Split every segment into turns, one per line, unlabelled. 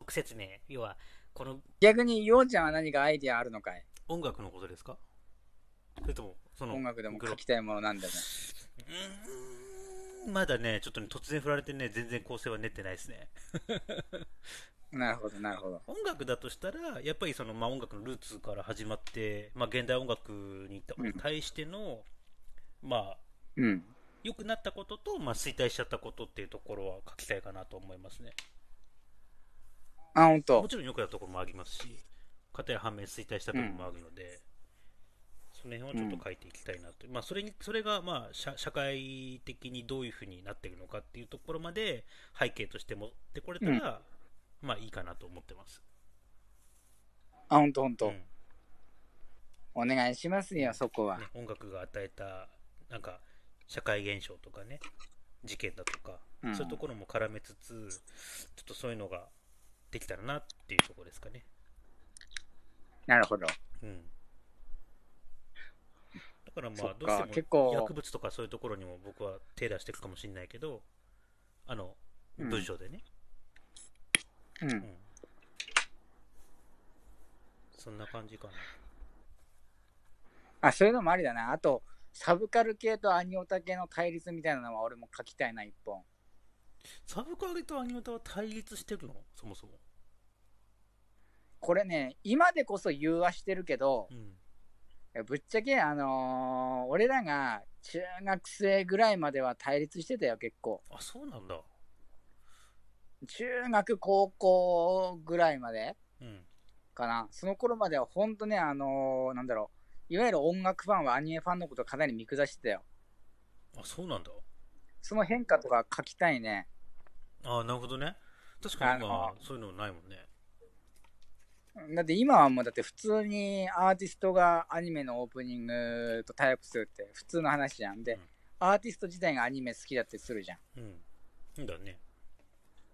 楽説明。要は、この
逆に、ようちゃんは何かアイディアあるのかい
音楽のことですかそれとも、その、
音楽でも
グロ
書きたいものなんでも。
うーんまだね、ちょっとね、突然振られてね、全然構成は練ってないですね。
なるほど、なるほど。
音楽だとしたら、やっぱりその、まあ、音楽のルーツから始まって、まあ、現代音楽に対しての、まあ、
うん。
良くなったことと、まあ、衰退しちゃったことっていうところは書きたいかなと思いますね。
あ、ほん
も
と。
ちろん良くなったところもありますし、片や反面衰退したところもあるので、その辺をちょっと書いていきたいなと、まあ、それにそれがまあ社社会的にどういうふうになっているのかっていうところまで背景として持ってこれたら、まあいいかなと思ってます。
あ、ほんと、ほん
う
と
ん。
お願いしますよ、そこは
ね。、音楽が与えたなんか社会現象とかね事件だとか、
うん
そういうところも絡めつつちょっとそういうのができたらなっていうところですかね。
なるほど。
うんだからま
そ
あ
っ
ど
か
うして
結
も
構
薬物とかそういうところにも僕は手出していくかもしれないけどあの
うん
文章でね、
う
うん
ん。
そんな感じかな
あ、そういうのもありだな。あと、サブカル系とアニオタ系の対立みたいなのは俺も書きたいな、一本。
サブカルとアニメタは対立してるのそもそも、
これね、今でこそ融和してるけど、
うん、
ぶっちゃけ、あのー俺らが中学生ぐらいまでは対立してたよ、結構。
あそうなんだ
中学、高校ぐらいまで
うん
かな。その頃までは本当ね、あのーなんだろう、いわゆる音楽ファンはアニメファンのことかなり見下してたよ。
あそうなんだ
その変化とか書きたいね。
あなるほどね確かに今
あの
そういうのないもんね
だって今はもうだって普通にアーティストがアニメのオープニングとタイアップするって普通の話じゃん。で、
うん
アーティスト自体がアニメ好きだってするじゃん。
うんいいんだね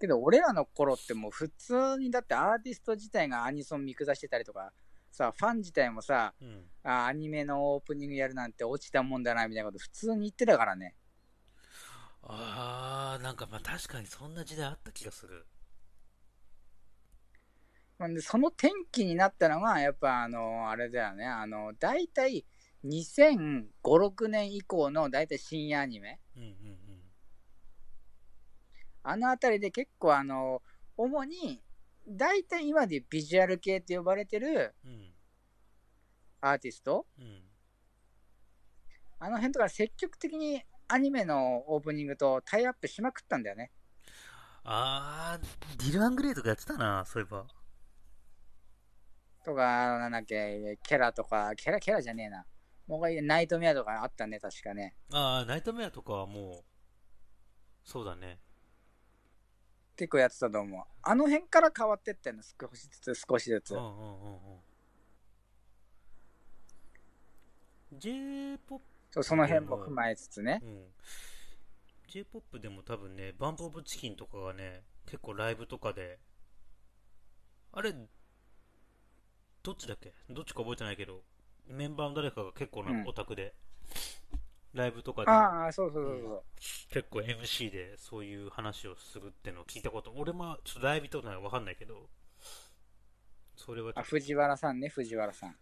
けど俺らの頃ってもう普通にだってアーティスト自体がアニソン見下してたりとかさファン自体もさ
うん
あアニメのオープニングやるなんて落ちたもんだなみたいなこと普通に言ってたからね
ああなんかまあ確かにそんな時代あった気がする
なんでその転機になったのがやっぱあのあれだよねあの大体2005,6年以降の大体深夜アニメ
うんうんうん
あの辺りで結構あの主に大体今でビジュアル系って呼ばれてる
うん
アーティスト
うん
あの辺とか積極的にアニメのオープニングとタイアップしまくったんだよね。
あー、ディル・アングレイとかやってたな、そういえば。
とか、なんだっけ、キャラとか、キャラキャラじゃねえな。もうこれナイトメアとかあったね、確かね。
あー、ナイトメアとかはもう、そうだね。
結構やってたと思う。あの辺から変わってったよね、少しずつ、少しずつ。
うんうんうんうん。J-POP、
そうその辺も踏まえつつね。
うん。J-POP でも多分ね、バンプオブチキンとかがね、結構ライブとかで、あれ、どっちだっけどっちか覚えてないけど、メンバーの誰かが結構
うん
なオタクで、ライブとかで、
ああ、そうそうそうそう。
結構 MC でそういう話をするってのを聞いたこと俺もちょっとライブとかわかんないけどそれはちょ
あ、
っと
藤原さんね、藤原さん。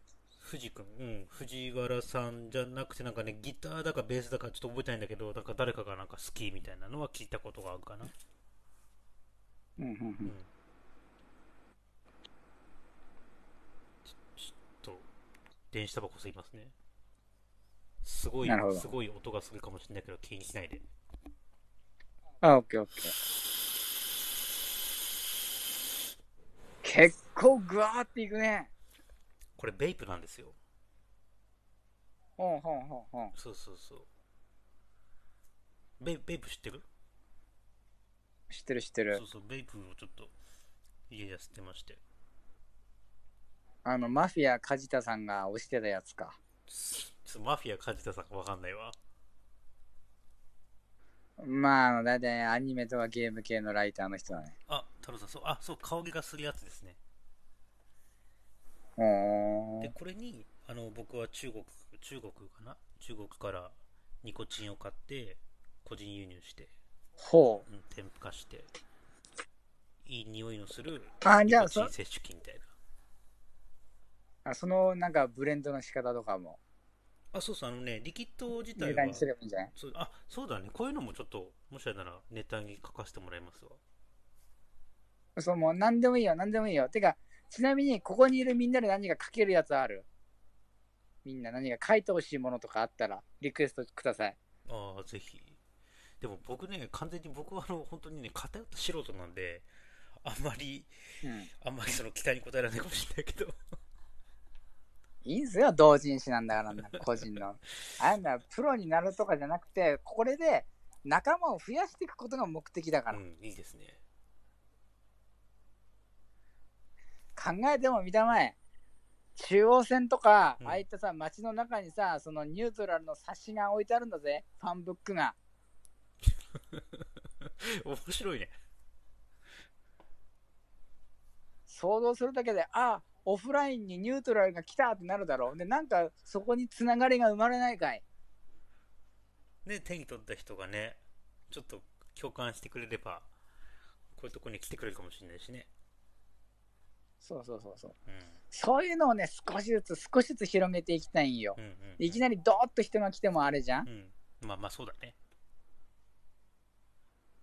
藤君うん藤原さんじゃなくてなんかねギターだかベースだかちょっと覚えてないんだけどなんか誰かがなんか好きみたいなのは聞いたことがあるかな
うんうんう
うん
ん。
ちちょっと電子タバコ吸いますねすごい
なるほど
すごい音がするかもしれないけど気にしないで
あ、オッケーオッケー。結構グワーっていくね。
これベイプなんですよ
ほんほんほんほん。
そうそうそうベイベイプ知ってる
知ってる知ってる
そう。そう、ベイプをちょっと家で吸ってまして。
あの、マフィア梶田さんが押してたやつか。
ちょっとマフィア梶田さんかわかんないわ。
まああの、だいたいアニメとかゲーム系のライターの人だね。
あ、太郎さん、そう、あ、そう、香りがするやつですね。
ほー
で、これに、あの、僕は中国、中国かな中国からニコチンを買って、個人輸入して、
ほ
うん、添付化して、いい匂いのする
あじゃあ
ニコチン
そ
摂取菌みたいな
あそのなんかブレンドの仕方とかも
あそうそうあのねリキッド自体
値
は
段にすればいいんじゃない
そうあそうだねこういうのもちょっともしあれならネタに書かせてもらいますわ
そうもう何でもいいよ何でもいいよてかちなみにここにいるみんなで何か書けるやつあるみんな何か書いてほしいものとかあったらリクエストください
ああぜひでも僕ね完全に僕はあの本当にね偏った素人なんであんまり
うん
あんまりその期待に応えられないかもしれないけど
いいんすよ同人誌なんだからな個人の あんなプロになるとかじゃなくてこれで仲間を増やしていくことが目的だから、
うんいいですね
考えても見たまえ中央線とか、
うん
ああいったさ街の中にさそのニュートラルの冊子が置いてあるんだぜファンブックが
面白いね
想像するだけであオフラインにニュートラルが来たってなるだろうでなんかそこにつながりが生まれないかい
ね手に取った人がねちょっと共感してくれればこういうとこに来てくれるかもしれないしね
そうそうそうそう
うん
そういうのをね少しずつ少しずつ広げていきたいんよ
うんうんうん
いきなりドーッと人が来てもあれじゃん
うんまあまあそうだね